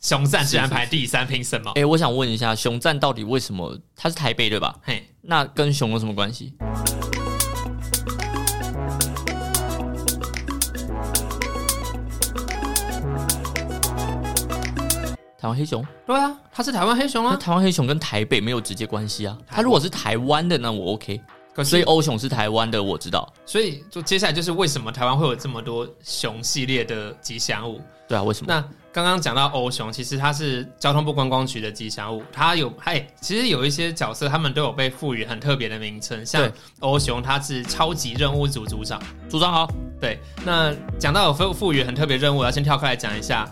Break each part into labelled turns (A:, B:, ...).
A: 熊赞竟然排第三，凭什么？
B: 哎、我想问一下，熊站到底为什么？它是台北对吧？
A: 嘿，
B: 那跟熊有什么关系？台湾黑熊，
A: 对啊，他是台湾黑熊
B: 那
A: 啊。
B: 台湾黑熊跟台北没有直接关系啊。它如果是台湾的，那我 OK。
A: 可
B: 所以
A: 是，
B: 欧熊是台湾的，我知道。
A: 所以就接下来就是为什么台湾会有这么多熊系列的吉祥物？
B: 对啊，为什么？
A: 那刚刚讲到欧熊，其实它是交通部观光局的吉祥物，它有哎，其实有一些角色他们都有被赋予很特别的名称，像
B: 对
A: 欧熊，它是超级任务组组长。
B: 组长好，
A: 对，那讲到有赋赋予很特别任务，我要先跳开来讲一下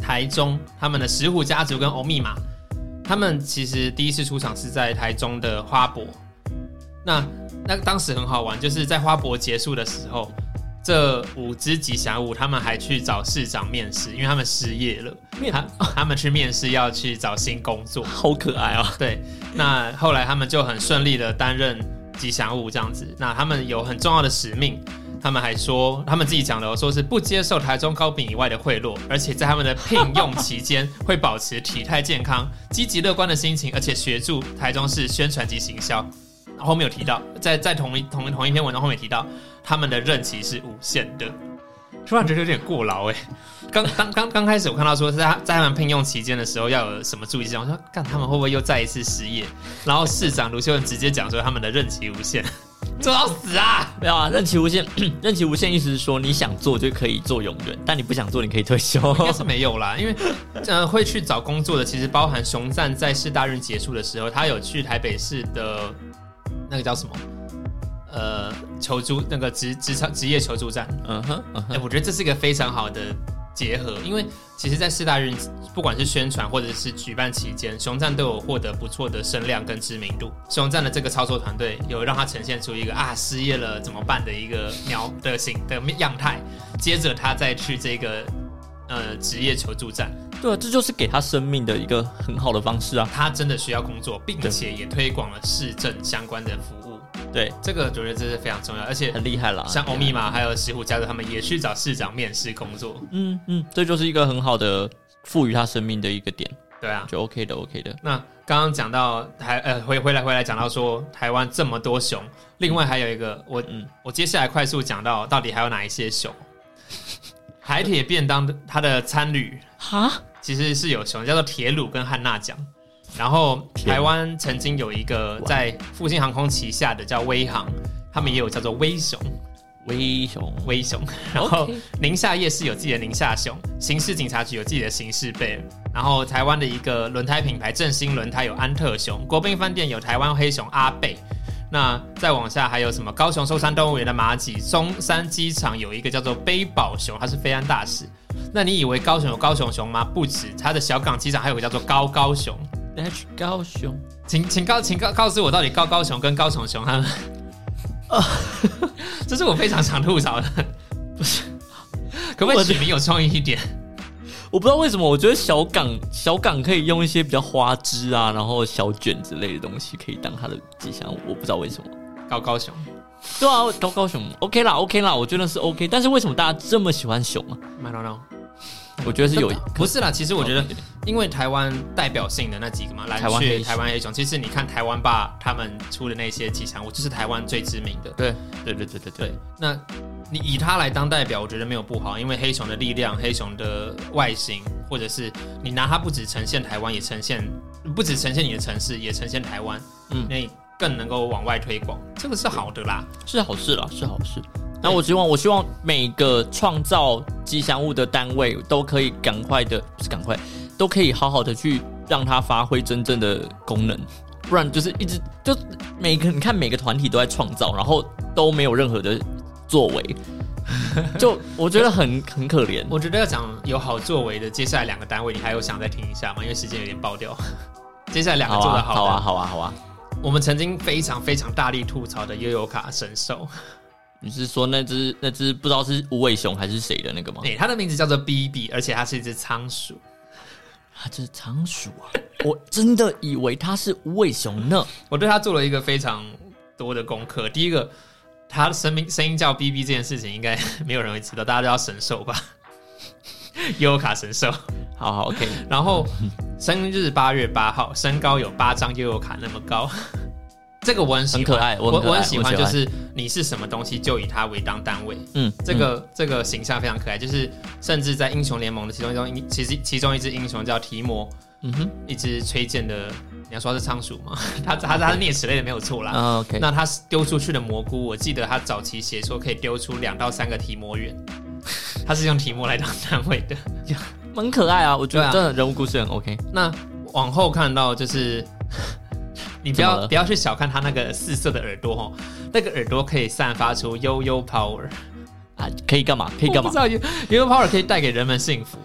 A: 台中他们的石虎家族跟欧密码，他们其实第一次出场是在台中的花博。那那当时很好玩，就是在花博结束的时候，这五只吉祥物他们还去找市长面试，因为他们失业了，
B: 面
A: 他他们去面试要去找新工作。
B: 好可爱啊！
A: 对，那后来他们就很顺利的担任吉祥物这样子。那他们有很重要的使命，他们还说他们自己讲的哦，说是不接受台中糕饼以外的贿赂，而且在他们的聘用期间会保持体态健康、积极乐观的心情，而且协助台中市宣传及行销。然后后面有提到，在在同一同一同一篇文章后面提到，他们的任期是无限的。突然觉得有点过劳哎、刚刚刚刚开始我看到说是他在他们聘用期间的时候要有什么注意事项，我说看他们会不会又再一次失业？然后市长卢秀文直接讲说他们的任期无限，做到死啊！
B: 没有啊，任期无限， 任期无限意思是说你想做就可以做永远，但你不想做你可以退休。
A: 应该是没有啦，因为呃会去找工作的其实包含熊赞在市大运结束的时候，他有去台北市的那个叫什么呃求助那个职职场职业求助站，
B: 嗯哼，嗯
A: 哎、
B: 哼，
A: 我觉得这是一个非常好的结合，因为其实，在四大运，不管是宣传或者是举办期间，熊赞都有获得不错的声量跟知名度。熊赞的这个操作团队有让他呈现出一个啊失业了怎么办的一个苗的形的样态，接着他再去这个呃职业求助站，
B: 对啊，这就是给他生命的一个很好的方式啊。
A: 他真的需要工作，并
B: 对
A: 且也推广了市政相关的服务，
B: 对，
A: 这个我觉得这是非常重要，而且。
B: 很厉害啦。
A: 像欧密码还有石虎家族，他们也去找市长面试工作，
B: 嗯嗯，这就是一个很好的赋予他生命的一个点，
A: 对啊，
B: 就 OK 的，OK 的。
A: 那刚刚讲到台呃回回来回来讲到说台湾这么多熊，另外还有一个我、
B: 嗯
A: 我接下来快速讲到到底还有哪一些熊。海铁便当的它的餐旅
B: 哈，
A: 其实是有熊，叫做铁鲁跟汉娜奖。然后
B: 天哪
A: 台湾曾经有一个在复兴航空旗下的叫威航，他们也有叫做威熊
B: 威雄，
A: 威熊。然后
B: OK
A: 宁夏夜市有自己的宁夏熊，刑事警察局有自己的刑事贝尔，然后台湾的一个轮胎品牌正兴轮胎有安特熊，国宾饭店有台湾黑熊阿贝。那再往下还有什么？高雄寿山动物园的马吉，中山机场有一个叫做背宝熊，它是飞安大使。那你以为高雄有高雄熊吗？不止，它的小港机场还有个叫做高高熊。
B: 那去高雄，
A: 请请告请告告诉我，到底高高熊跟高雄熊 他们？这是我非常常吐槽的，不是？可不可以
B: 我觉
A: 取名有创意一点？
B: 我不知道为什么，我觉得小港小港可以用一些比较花枝啊，然后小卷之类的东西，可以当它的吉祥物。我不知道为什么。
A: 高高熊，
B: 对啊，高高熊 OK 啦，OK 啦，我觉得是 OK。但是为什么大家这么喜欢熊啊？
A: I don't know，
B: 我觉得是有，
A: 不是啦。其实我觉得
B: 哦，对
A: 因为台湾代表性的那几个嘛，蓝
B: 台湾黑
A: 雀、
B: 熊
A: 台湾黑熊，其实你看台湾吧，他们出的那些吉祥物，就是台湾最知名的。
B: 对对对对对对，
A: 那你以它来当代表，我觉得没有不好，因为黑熊的力量、黑熊的外形，或者是你拿它不只呈现台湾，也呈现不只呈现你的城市，也呈现台湾，
B: 嗯
A: 那你更能够往外推广，这个是好的啦。
B: 是好事啦，是好事。那我希望，我希望每个创造吉祥物的单位都可以赶快的，不是赶快，都可以好好的去让它发挥真正的功能，不然就是一直就每个你看每个团体都在创造，然后都没有任何的作为， 就我觉得很很可怜。
A: 我觉得要讲有好作为的，接下来两个单位，你还有想再听一下吗？因为时间有点爆掉。 接下来两个
B: 好
A: 做
B: 啊，
A: 的好的，
B: 好啊，好啊，好啊！
A: 我们曾经非常非常大力吐槽的悠悠卡神兽，
B: 你是说那只那只不知道是无尾熊还是谁的那个吗？
A: 哎、它的名字叫做 BB，而且它是一只仓鼠。
B: 啊，这是仓鼠啊！我真的以为它是无尾熊呢。
A: 我对他做了一个非常多的功课。第一个，他的声音声音叫 BB 这 件事情，应该没有人会知道，大家都叫神兽吧？优卡神兽，
B: 好好，OK，
A: 然后生日八月八号，身高有八张悠游卡那么高，这个我很喜
B: 很
A: 欢。
B: 可爱，我
A: 我
B: 很可爱
A: 很喜欢，
B: 我
A: 就是你是什么东西就以它为当单位，
B: 嗯，
A: 这个、这个形象非常可爱。就是甚至在英雄联盟的其中一种，其实其中一只英雄叫提摩，
B: 嗯，嗯哼
A: 一只吹剑的，你要说它是仓鼠吗？ 它它它是啮齿类的没有错啦。
B: 啊，OK，
A: 那它丢出去的蘑菇，我记得它早期写说可以丢出两到三个提摩 元，它是用提摩来当单位 的。
B: 蛮可爱啊，我觉
A: 对
B: 得
A: 啊
B: 真的人物故事很 OK，
A: 那往后看到就是， 你不
B: 怎么
A: 要
B: 了
A: 不要去小看它那个四色的耳朵哦，那个耳朵可以散发出悠悠 power，
B: 啊，可以干嘛？可以
A: 我
B: 干
A: 不
B: 嘛
A: 知？道悠悠悠 power 可以带给人们幸福，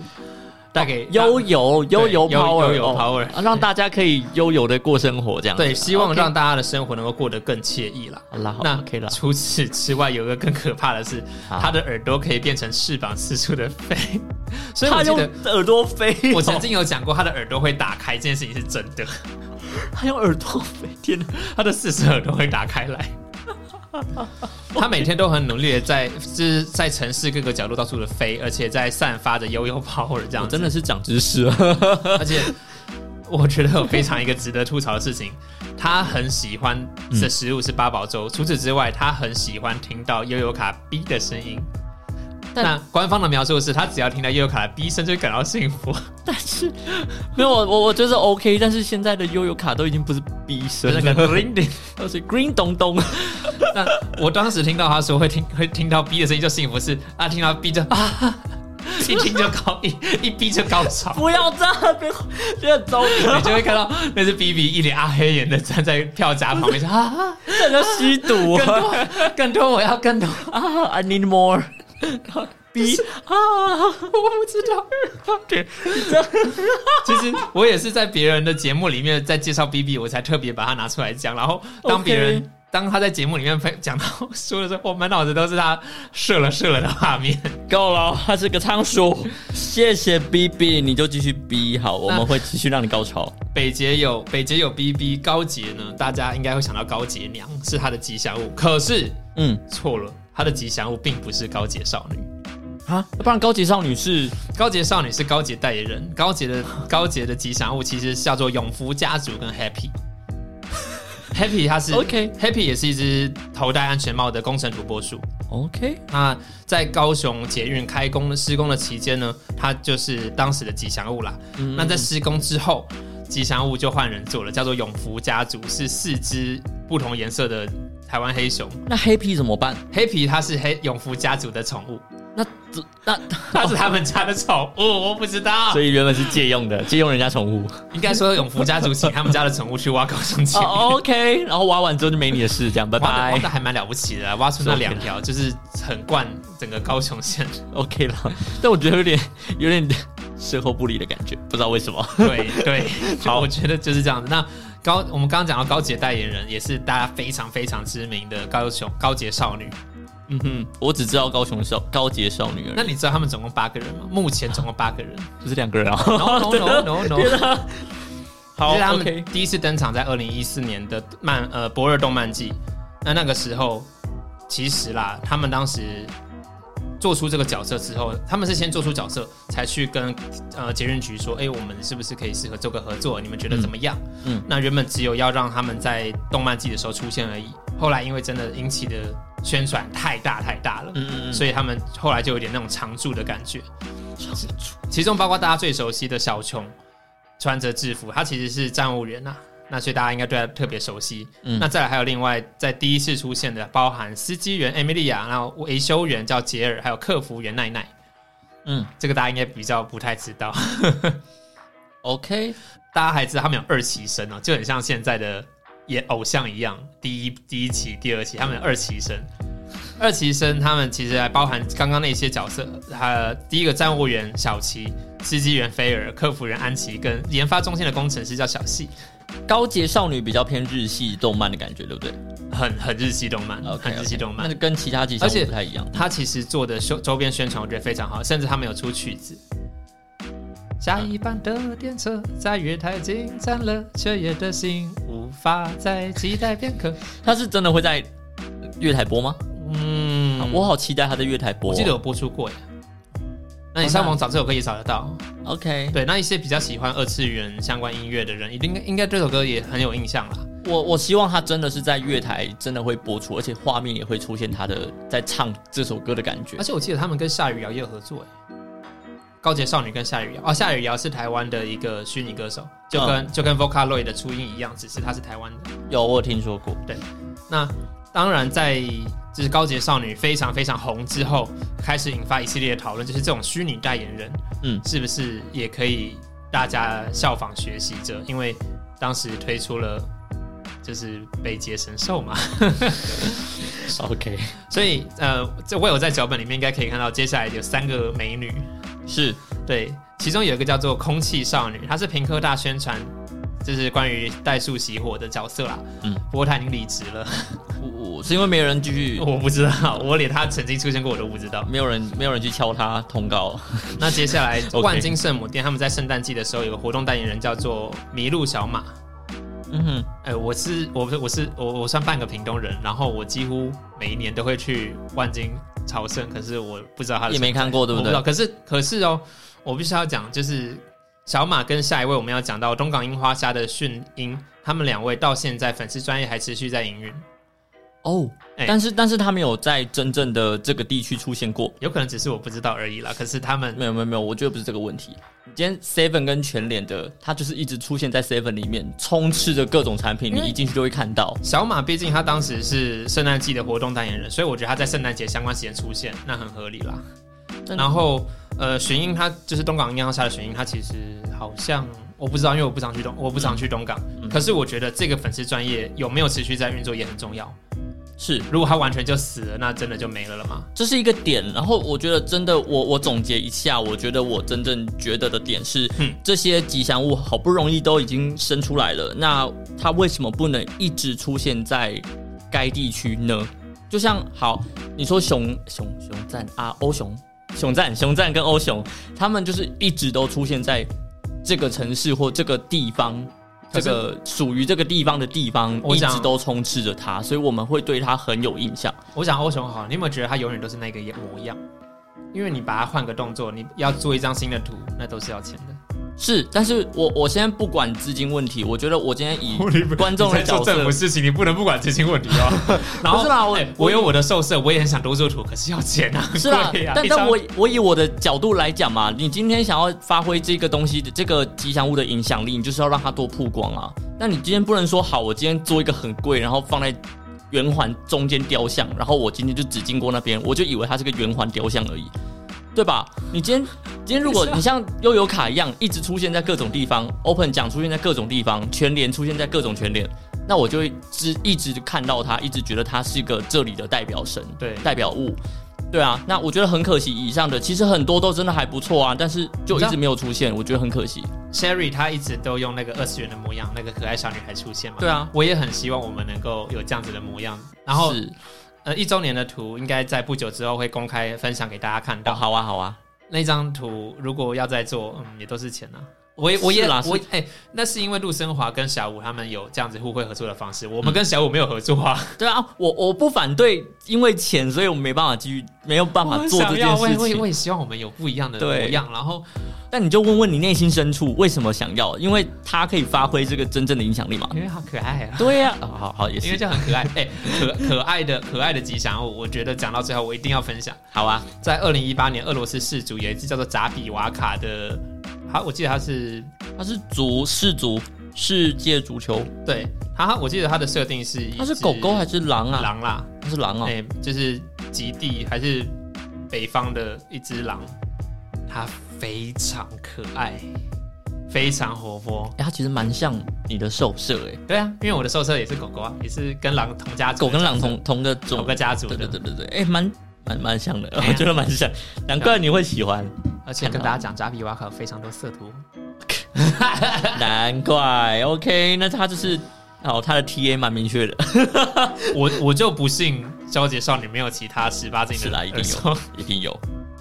A: 带给
B: 哦悠游悠游
A: 对悠
B: power，
A: 悠游
B: 哦
A: power
B: 啊让大家可以悠游的过生活，这样啊
A: 对，希望
B: OK
A: 让大家的生活能够过得更惬意啦。
B: 好啦，好
A: 那
B: OK 了，
A: 除此之外，有一个更可怕的是，
B: 啊
A: 它的耳朵可以变成翅膀四处的飞， 所以我
B: 他
A: 记
B: 用
A: 得。
B: 耳朵飞 哦，
A: 我曾经有讲过，它的耳朵会打开这件事情是真的，
B: 他用耳朵飞，天哪，
A: 它的四只耳朵会打开来。它每天都很努力的在，就是在城市各个角落到处的飞，而且在散发着悠悠 power 这样
B: 我
A: 子
B: 真。的是长知识了，
A: 而且我觉得有非常一个值得吐槽的事情，他很喜欢的食物是八宝粥。除此之外，他很喜欢听到悠悠卡 B 的声音。
B: 但
A: 那官方的描述是他只要听到悠悠卡的 B 声就会感到幸福，
B: 但是没有我我我觉得 OK，但是现在的悠游卡都已经不是 B
A: 就
B: 声
A: 是
B: 了，
A: 那 个 ringing。
B: 而且 green 咚咚，
A: 那 我当时听到他说会听会听到 B 的声音就幸福是啊，听到 B 就 啊，一听就高一一 B 就高潮。
B: 不要这样，别这样 糟
A: 你
B: 糕，
A: 就会看到那只 B B 一脸阿黑眼的站在票夹旁边说啊，
B: 这叫吸 毒
A: 更
B: 啊
A: 多更多我要更多。
B: 啊！I need more。B 啊，
A: 我不知道。对，其实我也是在别人的节目里面在介绍 B B，我才特别把它拿出来讲。然后当
B: OK
A: 别人当他在节目里面分讲到说的时候，我满脑子都是他射了射了的画面。
B: 够了，他是个仓鼠。谢谢 B B，你就继续 B 好，我们会继续让你高潮。
A: 北捷有北捷有 B B，高捷呢，大家应该会想到高捷娘是他的吉祥物，可是
B: 嗯
A: 错了，他的吉祥物并不是高捷少女。
B: 啊，不然高级少女是
A: 高捷少女是高捷代言人，高捷的高捷的吉祥物其实是叫做永福家族跟 Happy。Happy 它是
B: OK
A: Happy 也是一只头戴安全帽的工程土拨鼠。
B: OK
A: 那在高雄捷运开工的施工的期间呢，它就是当时的吉祥物啦。
B: 嗯
A: 那在施工之后，吉祥物就换人做了，叫做永福家族，是四只不同颜色的台湾黑熊。
B: 那 Happy 怎么办？
A: Happy 它是黑永福家族的宠 物，
B: 那 那哦
A: 它是他们家的宠物，我不知道。
B: 所以原本是借用的，借用人家宠物。
A: 应该说永福家族请他们家的宠物去挖高 中鸡，挖
B: 哦、o k 然后挖完之后就没你的事，这样拜
A: 的挖
B: 拜
A: 的还蛮了不起的啊，挖出那两条就是横贯整个高雄县。
B: ，OK 了。但我觉得有点有点事后不理的感觉，不知道为什么。
A: 对对， 好，我觉得就是这样子。那高，我们刚刚讲到高捷代言人也是大家非常非常知名的高雄高捷少女。
B: 嗯哼，我只知道高雄少高洁少女而
A: 那
B: 已，
A: 你知道他们总共八个人吗？目前总共八 个人。
B: 就是两个人啊。
A: No no no no no。
B: 天啊 好
A: 就是他
B: ，OK
A: 们。第一次登场在二零一四年的漫呃博尔动漫季，那那个时候其实啦，他们当时做出这个角色之后，他们是先做出角色，才去跟呃捷运局说，哎、我们是不是可以适合做个合作？你们觉得怎么样？
B: 嗯
A: 嗯
B: 嗯，
A: 那原本只有要让他们在动漫季的时候出现而已，后来因为真的引起的宣传太大太大了，
B: 嗯嗯嗯，嗯
A: 所以他们后来就有点那种常驻的感觉。其中包括大家最熟悉的小琼，穿着制服，他其实是站务员呐、那所以大家应该对他特别熟悉。
B: 嗯
A: 那再来还有另外在第一次出现的，包含司机员艾米莉亚，然后维修员叫杰尔，还有客服员奈奈，
B: 嗯
A: 这个大家应该比较不太知道。
B: ，OK，
A: 大家还知道他们有二期生哦，就很像现在的也偶像一样，第一第一期、第二期，他们有二期生。二期生他们其实还包含刚刚那些角色，呃，第一个站务员小齐，司机员菲尔，客服员安琪，跟研发中心的工程师叫小细，
B: 高洁少女比较偏日系动漫的感觉，对不对
A: 很很日系动漫
B: OK，
A: 很日系动漫
B: 那。就跟其他吉祥物不太一样。
A: 他其实做的周周边宣传，我觉得非常好，甚至他们有出曲子。下一班的电车在月台进站了，雀跃的心无法再期待片刻。
B: 他是真的会在月台播吗？啊
A: 嗯，
B: 我好期待他在月台播哦。
A: 我记得有播出过耶。那你上网找这首歌也找得到。
B: OK，
A: 对，那一些比较喜欢二次元相关音乐的人，一定应该对这首歌也很有印象啦。
B: 我我希望他真的是在月台真的会播出，而且画面也会出现他的在唱这首歌的感觉
A: 而。且我记得他们跟夏雨瑶也有合作哎，高洁少女跟夏雨瑶哦，夏雨瑶是台湾的一个虚拟歌手，就跟、就跟 Vocaloid 的初音一样，只是她是台湾的。
B: 有，我有听 说过。
A: 那当然，在就是高洁少女非常非常红之后，开始引发一系列的讨论，就是这种虚拟代言人，
B: 嗯
A: 是不是也可以大家效仿学习着？因为当时推出了就是北捷神兽嘛，
B: OK，
A: 所以呃，这我有在脚本里面应该可以看到，接下来有三个美女，
B: 是
A: 对，其中有一个叫做空气少女，她是平科大宣传。就是关于代数熄火的角色啦，
B: 嗯
A: 嗯，不过她已经离职了，
B: 我我是因为没有人继续，
A: 我不知道，我连她曾经出现过我都不知道。
B: 没有人没有人去敲他通告。
A: 那接下来
B: OK
A: 万金圣母店他们在圣诞季的时候有个活动代言人叫做麋鹿小马。
B: 嗯哼，
A: 哎、我是我不是我是我我算半个屏东人，然后我几乎每一年都会去万金朝圣，可是我不知道他的
B: 也没看过，对
A: 啊我
B: 不
A: 不知
B: 对
A: 道。？可是可是哦，我必须要讲，就是小马跟下一位我们要讲到东港樱花虾的训音，他们两位到现在粉丝专业还持续在营运，
B: 哦，
A: 哎
B: 但是但是他没有在真正的这个地区出现过。
A: 有可能只是我不知道而已啦。可是他们
B: 没有没有没有，我觉得不是这个问题。今天 Seven 跟全脸的，它就是一直出现在 Seven 里面，充斥着各种产品，你一进去就会看到。
A: 小马毕竟他当时是圣诞季的活动代言人，所以我觉得他在圣诞节相关时间出现，那很合理啦。
B: 真的
A: 然后呃，寻英他就是东港银行下的寻英，他其实好像我不知道，因为我不常去东，我不常去东港。
B: 嗯
A: 可是我觉得这个粉丝专业有没有持续在运作也很重要。
B: 是，
A: 如果他完全就死了，那真的就没了了嘛。
B: 这是一个点。然后我觉得真的，我我总结一下，我觉得我真正觉得的点是，
A: 嗯
B: 这些吉祥物好不容易都已经生出来了，那它为什么不能一直出现在该地区呢？就像好，你说熊熊熊赞啊，欧熊熊赞熊赞跟欧熊，他们就是一直都出现在这个城市或这个地方。这
A: 可是
B: 个属于这个地方的地方，
A: 我
B: 一直
A: 想
B: 都充斥着它，所以我们会对它很有印象。
A: 我想欧熊好，你有没有觉得他永远都是那个模样？因为你把它换个动作，你要做一张新的图，那都是要钱的。
B: 是，但是我我现在不管资金问题，我觉 得我今天以观众的角色，
A: 事情，你不能不管这些问题 哦。然
B: 不是啦，我、
A: 哎我有我的受色，我也很想多做图，可 是要钱啊。
B: 是啦，
A: 对呀
B: 但
A: 一
B: 但
A: 张
B: 我我以我的角度来讲嘛，你今天想要发挥这个东西的这个吉祥物的影响力，你就是要让它多曝光啊。那你今天不能说好，我今天做一个很贵，然后放在圆环中间雕像，然后我今天就只经过那边，我就以为它是个圆环雕像而已。对吧？你今天今天如果
A: 是啊
B: 你像悠游卡一样，一直出现在各种地方，Open 奖出现在各种地方，全联出现在各种全联，那我就会只一直看到它，一直觉得它是一个这里的代表神。
A: 对
B: 代表物。对啊，那我觉得很可惜。以上的其实很多都真的还不错啊，但是就一直没有出现，我觉得很可惜。
A: Sherry 她一直都用那个二次元的模样，那个可爱小女孩出现嘛。
B: 对啊，
A: 我也很希望我们能够有这样子的模样。然后
B: 是
A: 呃，一周年的图应该在不久之后会公开分享给大家看
B: 哦，
A: 到。
B: 好啊，好啊，
A: 那张图如果要再做，嗯，也都是钱啊。我也我也
B: 是啦
A: 我哎、那是因为陆生华跟小五他们有这样子互惠合作的方式，我们跟小五没有合作啊。
B: 对啊，我我不反对，因为钱，所以我们没办法继续，没有办法
A: 我
B: 做这
A: 想要
B: 件
A: 我也
B: 事
A: 我也我
B: 情。
A: 也希望我们有不一样的
B: 对
A: 模样。然后
B: 但你就问问你内心深处为什么想要，因为它可以发挥这个真正的影响力嘛。
A: 因为好可爱啊。
B: 对呀、啊，好好也
A: 因为
B: 是，
A: 这样很可爱，哎、可 可爱的可爱的吉祥物，我觉得讲到最后我一定要分享。
B: 好啊，
A: 在二零一八年，俄罗斯氏族有一只叫做扎比瓦卡的，好，我记得它是
B: 它是足世足世界足球，
A: 对它，我记得它的设定是一
B: 它是
A: 只
B: 狗狗还是狼啊？
A: 狼啦，
B: 它是狼
A: 哎、
B: 啊，
A: 就是极地还是北方的一只狼，它非常可爱，非常活泼。
B: 哎它其实蛮像你的兽舍哎。
A: 对啊，因为我的兽舍也是狗狗啊，也是跟狼同家族
B: 狗
A: 的
B: 跟狼
A: 角色
B: 同同个种
A: 同，个家族
B: 对
A: 的，
B: 对对对对，哎、蛮蛮蛮像的，
A: 啊哎呀
B: 我觉得蛮像，难怪你会喜欢，
A: 而且跟大家讲，扎比瓦卡有非常多色图。
B: 难怪。OK，那他就是哦，他的 TA 蛮明确的，
A: 我我就不信消姐少女没有其他十八禁
B: 是
A: 的
B: 啦，一定
A: 二手
B: 有，一定有，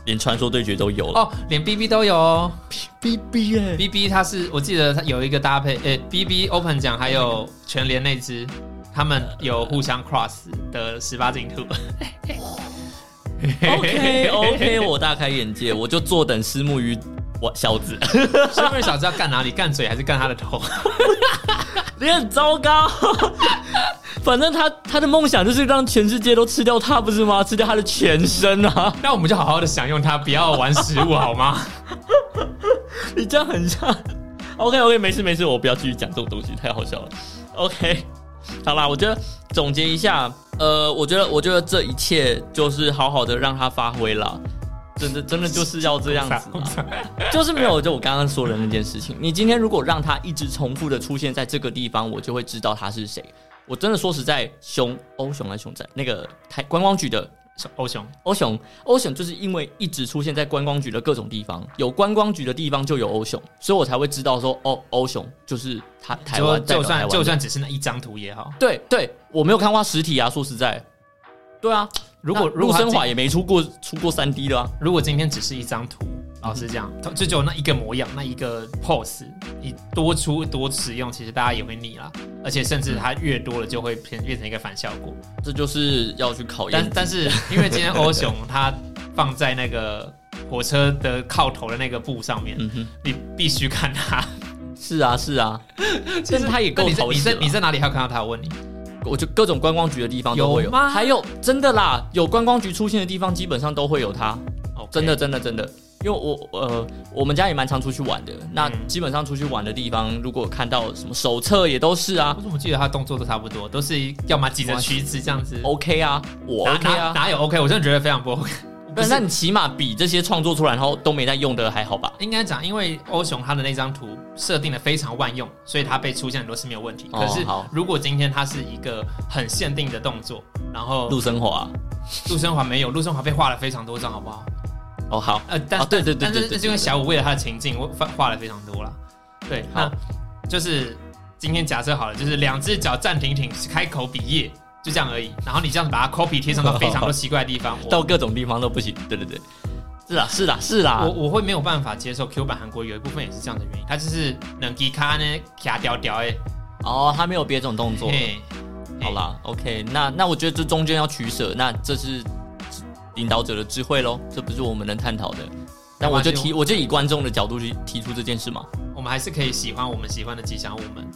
B: 连传说对决都有了。
A: 哦，连 BB 都有哦。
B: B B 哎，
A: B B 它是我记得它有一个搭配，诶、b B Open 奖还有全联 那只，他们有互相 cross 的十八进图，
B: OK OK，我大开眼界，我就坐等私募鱼我小子，
A: 生日小子要干哪里？干嘴还是干他的头？
B: 你很糟糕。 反正他他的梦想就是让全世界都吃掉他，不是吗？吃掉他的全身啊！
A: 那我们就好好的享用它，不要玩食物好 吗？
B: 你这样很像。OK OK，没事 没事，我不要继续讲这种东西，太好笑了。OK，好啦，我觉得总结一下，呃，我觉得我觉得这一切就是好好的让他发挥啦。真的真的就是要这样子啦，就是没有就我刚刚说的那件事情。你今天如果让他一直重复的出现在这个地方，我就会知道他是谁。我真的说实在，熊欧熊还是熊仔那个台观光局的
A: 欧熊，
B: 欧熊，欧熊就是因为一直出现在观光局的各种地方，有观光局的地方就有欧熊，所以我才会知道说，哦，欧熊就是他台
A: 就
B: 湾，代
A: 就
B: 表台
A: 算
B: 湾
A: 就
B: 的
A: 算只是那一张图也好。
B: 对对，我没有看过他实体啊，说实在，对啊，
A: 如果
B: 那
A: 如
B: 陆
A: 果他
B: 生
A: 今
B: 华也没出过出过三 D 的啊，
A: 如果今天只是一张图，老师这样，它
B: 嗯
A: 就只有那一个模样，那一个 pose，你多出多使用，其实大家也会腻啦。而且甚至它越多了，就会变变成一个反效果。
B: 这就是要去考验
A: 但但是因为今天欧熊它放在那个火车的靠头的那个布上面，
B: 嗯哼，
A: 你必须看 它。
B: 是啊是啊，但是他也
A: 那
B: 够啊
A: 你在
B: 讨
A: 你
B: 喜
A: 在
B: 了
A: 你在哪里还有看到它？我问你，
B: 我就各种观光局的地方都会有，
A: 有吗
B: 还有真的啦，有观光局出现的地方基本上都会有它。
A: 哦 OK
B: 真的真的真的，因为我呃，我们家也蛮常出去玩的。那
A: 嗯
B: 基本上出去玩的地方，如果看到什么手册也都是啊
A: 我怎么记得他动作都差不多，都是要么挤着裙子这样子。
B: ，OK 啊，我
A: 哪
B: OK
A: 哪
B: 啊。
A: 哪有 OK？我真的觉得非常不 OK。
B: 不是，那你起码比这些创作出来然后都没在用的还好吧？
A: 应该讲，因为欧熊他的那张图设定的非常万用，所以他被出现很多次没有问题。
B: 哦
A: 可是
B: 好
A: 如果今天它是一个很限定的动作，然后
B: 陆生啊华、
A: 陆生华没有，陆生华被画了非常多张，好不好？
B: 哦好，
A: 呃，但、
B: 哦对对对
A: 但
B: 对
A: 是
B: 对
A: 那是因为
B: 对
A: 小五为了他的情境，我画画了非常多啦。对，那
B: 好
A: 就是今天假设好了，就是两只脚站挺挺，开口比耶，就这样而已。然后你这样子把它 copy 贴上到非常多奇怪的地 方，我
B: 到各种地方都不行。对对对，是啦是啦是啦
A: 我，我会没有办法接受 Q 版韩国有一部分也是这样的原因，它就是能给卡呢卡掉掉哎，
B: 哦他没有别种动作。
A: 嘿，
B: 好啦，OK，那那我觉得这中间要取舍，那这是领导者的智慧喽，这不是我们能探讨的。但我就提，我就以观众的角度去提出这件事嘛。
A: 我们还是可以喜欢我们喜欢的吉祥物们。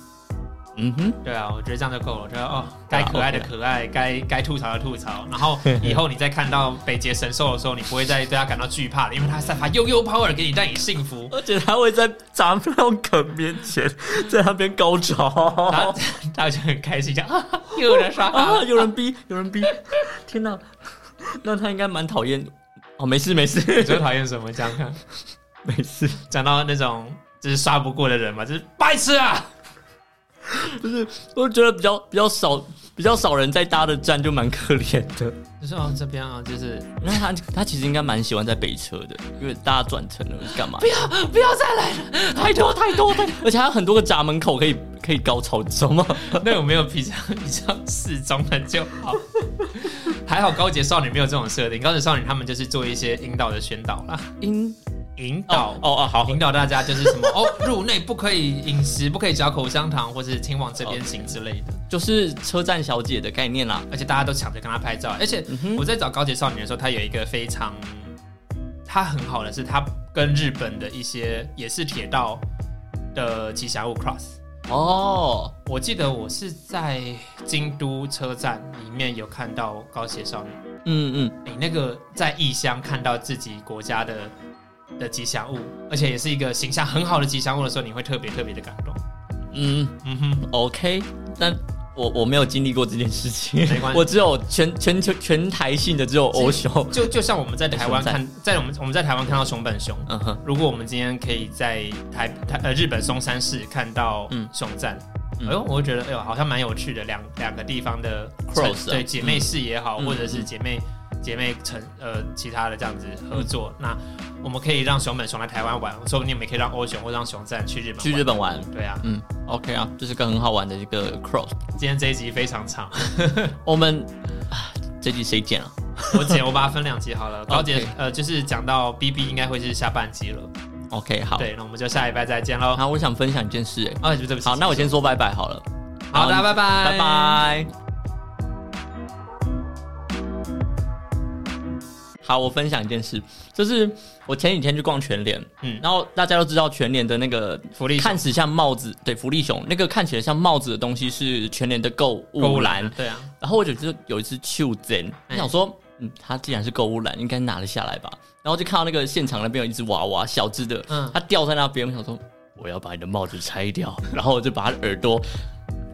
B: 嗯哼，
A: 对啊，我觉得这样就够了。我觉得哦，该可爱的可爱，该该吐槽的吐槽。然后 以后你再看到北捷神兽的时候，你不会再对它感到惧怕了，因为它散发悠悠 power 给你带你幸福。
B: 而且他会在咱们那种梗面前，在那边高
A: 它
B: 潮
A: 它就很开心，这样啊， 又有人刷卡
B: 啊！
A: 了。
B: 有人逼，有人逼！天哪，那他应该蛮讨厌。哦，没事没
A: 你最
B: 事
A: 讨厌什么？讲看，
B: 没事，
A: 讲到那种就是刷不过的人嘛，就是白痴啊！
B: 我觉得比较比较少比较少人在搭的站就蛮可怜的。
A: 就是哦，这边啊，就是
B: 那他他其实应该蛮喜欢在北车的，因为大家转乘了干嘛？
A: 不要再来了。
B: 太多太多太多，而且还有很多个闸门口可以可以高潮，你知道吗？
A: 那有没有比较比较适中的就好？ 还好高洁少女没有这种设定，高洁少女他们就是做一些引导的宣导啦，
B: 阴
A: 引
B: 哦
A: 导。
B: 哦哦好，
A: 引导大家就是什么 哦，入内不可以饮食，不可以嚼口香糖，或是请往这边行之类的。
B: 就是车站小姐的概念啦。
A: 而且大家都抢着跟她拍照，而且
B: 嗯哼
A: 我在找高洁少女的时候，她有一个非常，她很好的是，她跟日本的一些也是铁道的吉祥物 cross，
B: 哦，
A: 我记得我是在京都车站里面有看到高铁少女，
B: 嗯嗯，
A: 你那个在异乡看到自己国家的的吉祥物，而且也是一个形象很好的吉祥物的时候，你会特别特别的感动。
B: 嗯
A: 嗯哼，
B: ，OK，但我我没有经历过这件事情，
A: 没关系
B: 我只有全全球全台性的只有欧熊，
A: 就就像我们在台湾
B: 熊在
A: 看，在我们我们在台湾看到熊本熊，
B: 嗯哼，
A: 如果我们今天可以在台台呃日本松山市看到
B: 嗯
A: 熊站，
B: 嗯
A: 哎呦，我会觉得哎呦好像蛮有趣的，两两个地方的
B: Cross 啊
A: 对姐妹市也好，
B: 嗯
A: 或者是姐妹姐妹城呃其他的这样子合作，
B: 嗯
A: 那我们可以让熊本熊来台湾玩，说不定我们也可以让欧熊或让熊站去日本玩
B: 去日。本玩，
A: 对啊，
B: 嗯，OK 啊，这是个很好玩的一个 cross。
A: 今天这一集非常 长，
B: 我们啊这集谁剪啊？
A: 我姐我把它分两集好了。高姐
B: OK
A: 呃，就是讲到 B B 应该会是下半集了，
B: ？OK，好，
A: 对，那我们就下礼拜再见喽。
B: 好，我想分享一件事，哎，
A: 啊，对不起对不起，
B: 好，那我先说拜拜好了，
A: 好，大家拜拜，
B: 拜。拜。好，我分享一件事，就是我前几天去逛全联，
A: 嗯
B: 嗯，然后大家都知道全联的那个
A: 福利
B: 看似像帽子，对，福利熊那个看起来像帽子的东西是全联的购
A: 购
B: 物篮，
A: 对啊，
B: 然后我就就有一次去真，我想说，嗯，他既然是购物篮，应该拿得下来吧。然后就看到那个现场那边有一只娃娃，小只的，
A: 嗯
B: 它掉在那边，我想说，我要把你的帽子拆掉，然后我就把它的耳朵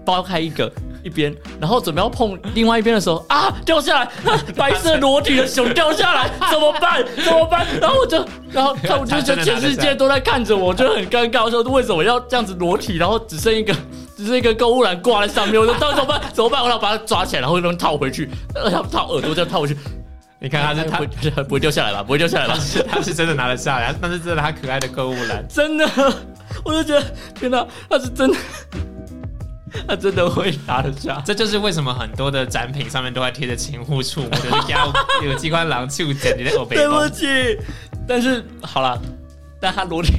B: 剥开一个一边，然后准备要碰另外一边的时候，啊，掉下来，啊白色裸体的熊掉下来，怎么办？怎么办？然后我就，然后他我就觉得全世界都在看着我，我就很尴尬，我说为什么要这样子裸体，然后只剩一个。只是一个购物篮挂在上面，我说到底怎么办？怎么办？我要把它抓起来，然后弄套回去，呃，套耳朵这样套回去，
A: 你看他是
B: 它
A: 他
B: 不会不会掉下来吧？不会掉下来吧？
A: 他是真的拿得下来，但是这是他可爱的购物篮。
B: 真的， 我就觉得天哪，他是真的， 他真的会拿得下。
A: 这就是为什么很多的展品上面都还贴着情户处，或者是家有机关狼处整你的耳背
B: 对不
A: 包。
B: 起，但是好了，但他 裸体，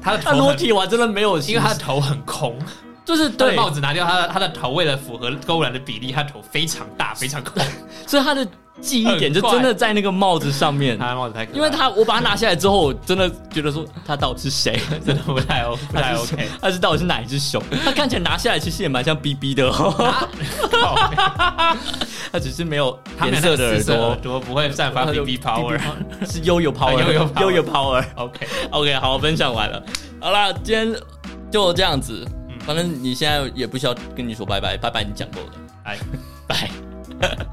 A: 他的
B: 他
A: 头
B: 裸
A: 很，
B: 体我还真的没有，
A: 因为他的头很空，
B: 就是
A: 他的
B: 对，
A: 帽子拿掉，他的他的头为了符合购物篮的比例，他头非常大，非常空。
B: 所以他的记忆点就
A: 很怪
B: 真的在那个帽子上 面
A: 他。的帽子太可爱了，
B: 因为他我把它拿下来之后，我真的觉得说他到底是谁？
A: 真的不太 O 不 太 OK。
B: 他是到底是哪一只 熊？他看起来拿下来其实也蛮像 BB 的哦，
A: 靠背
B: 他只是没有
A: 他
B: 颜
A: 们
B: 色的耳朵
A: 耳。朵不会散发
B: 它就
A: BB power。
B: 是 悠悠 power，
A: 悠悠 power
B: 悠悠 power。
A: OK，
B: OK，好，分享完了。好啦，今天就这样子。反正你现在也不需要跟你说拜拜，拜拜你讲过的，
A: 哎。
B: 拜。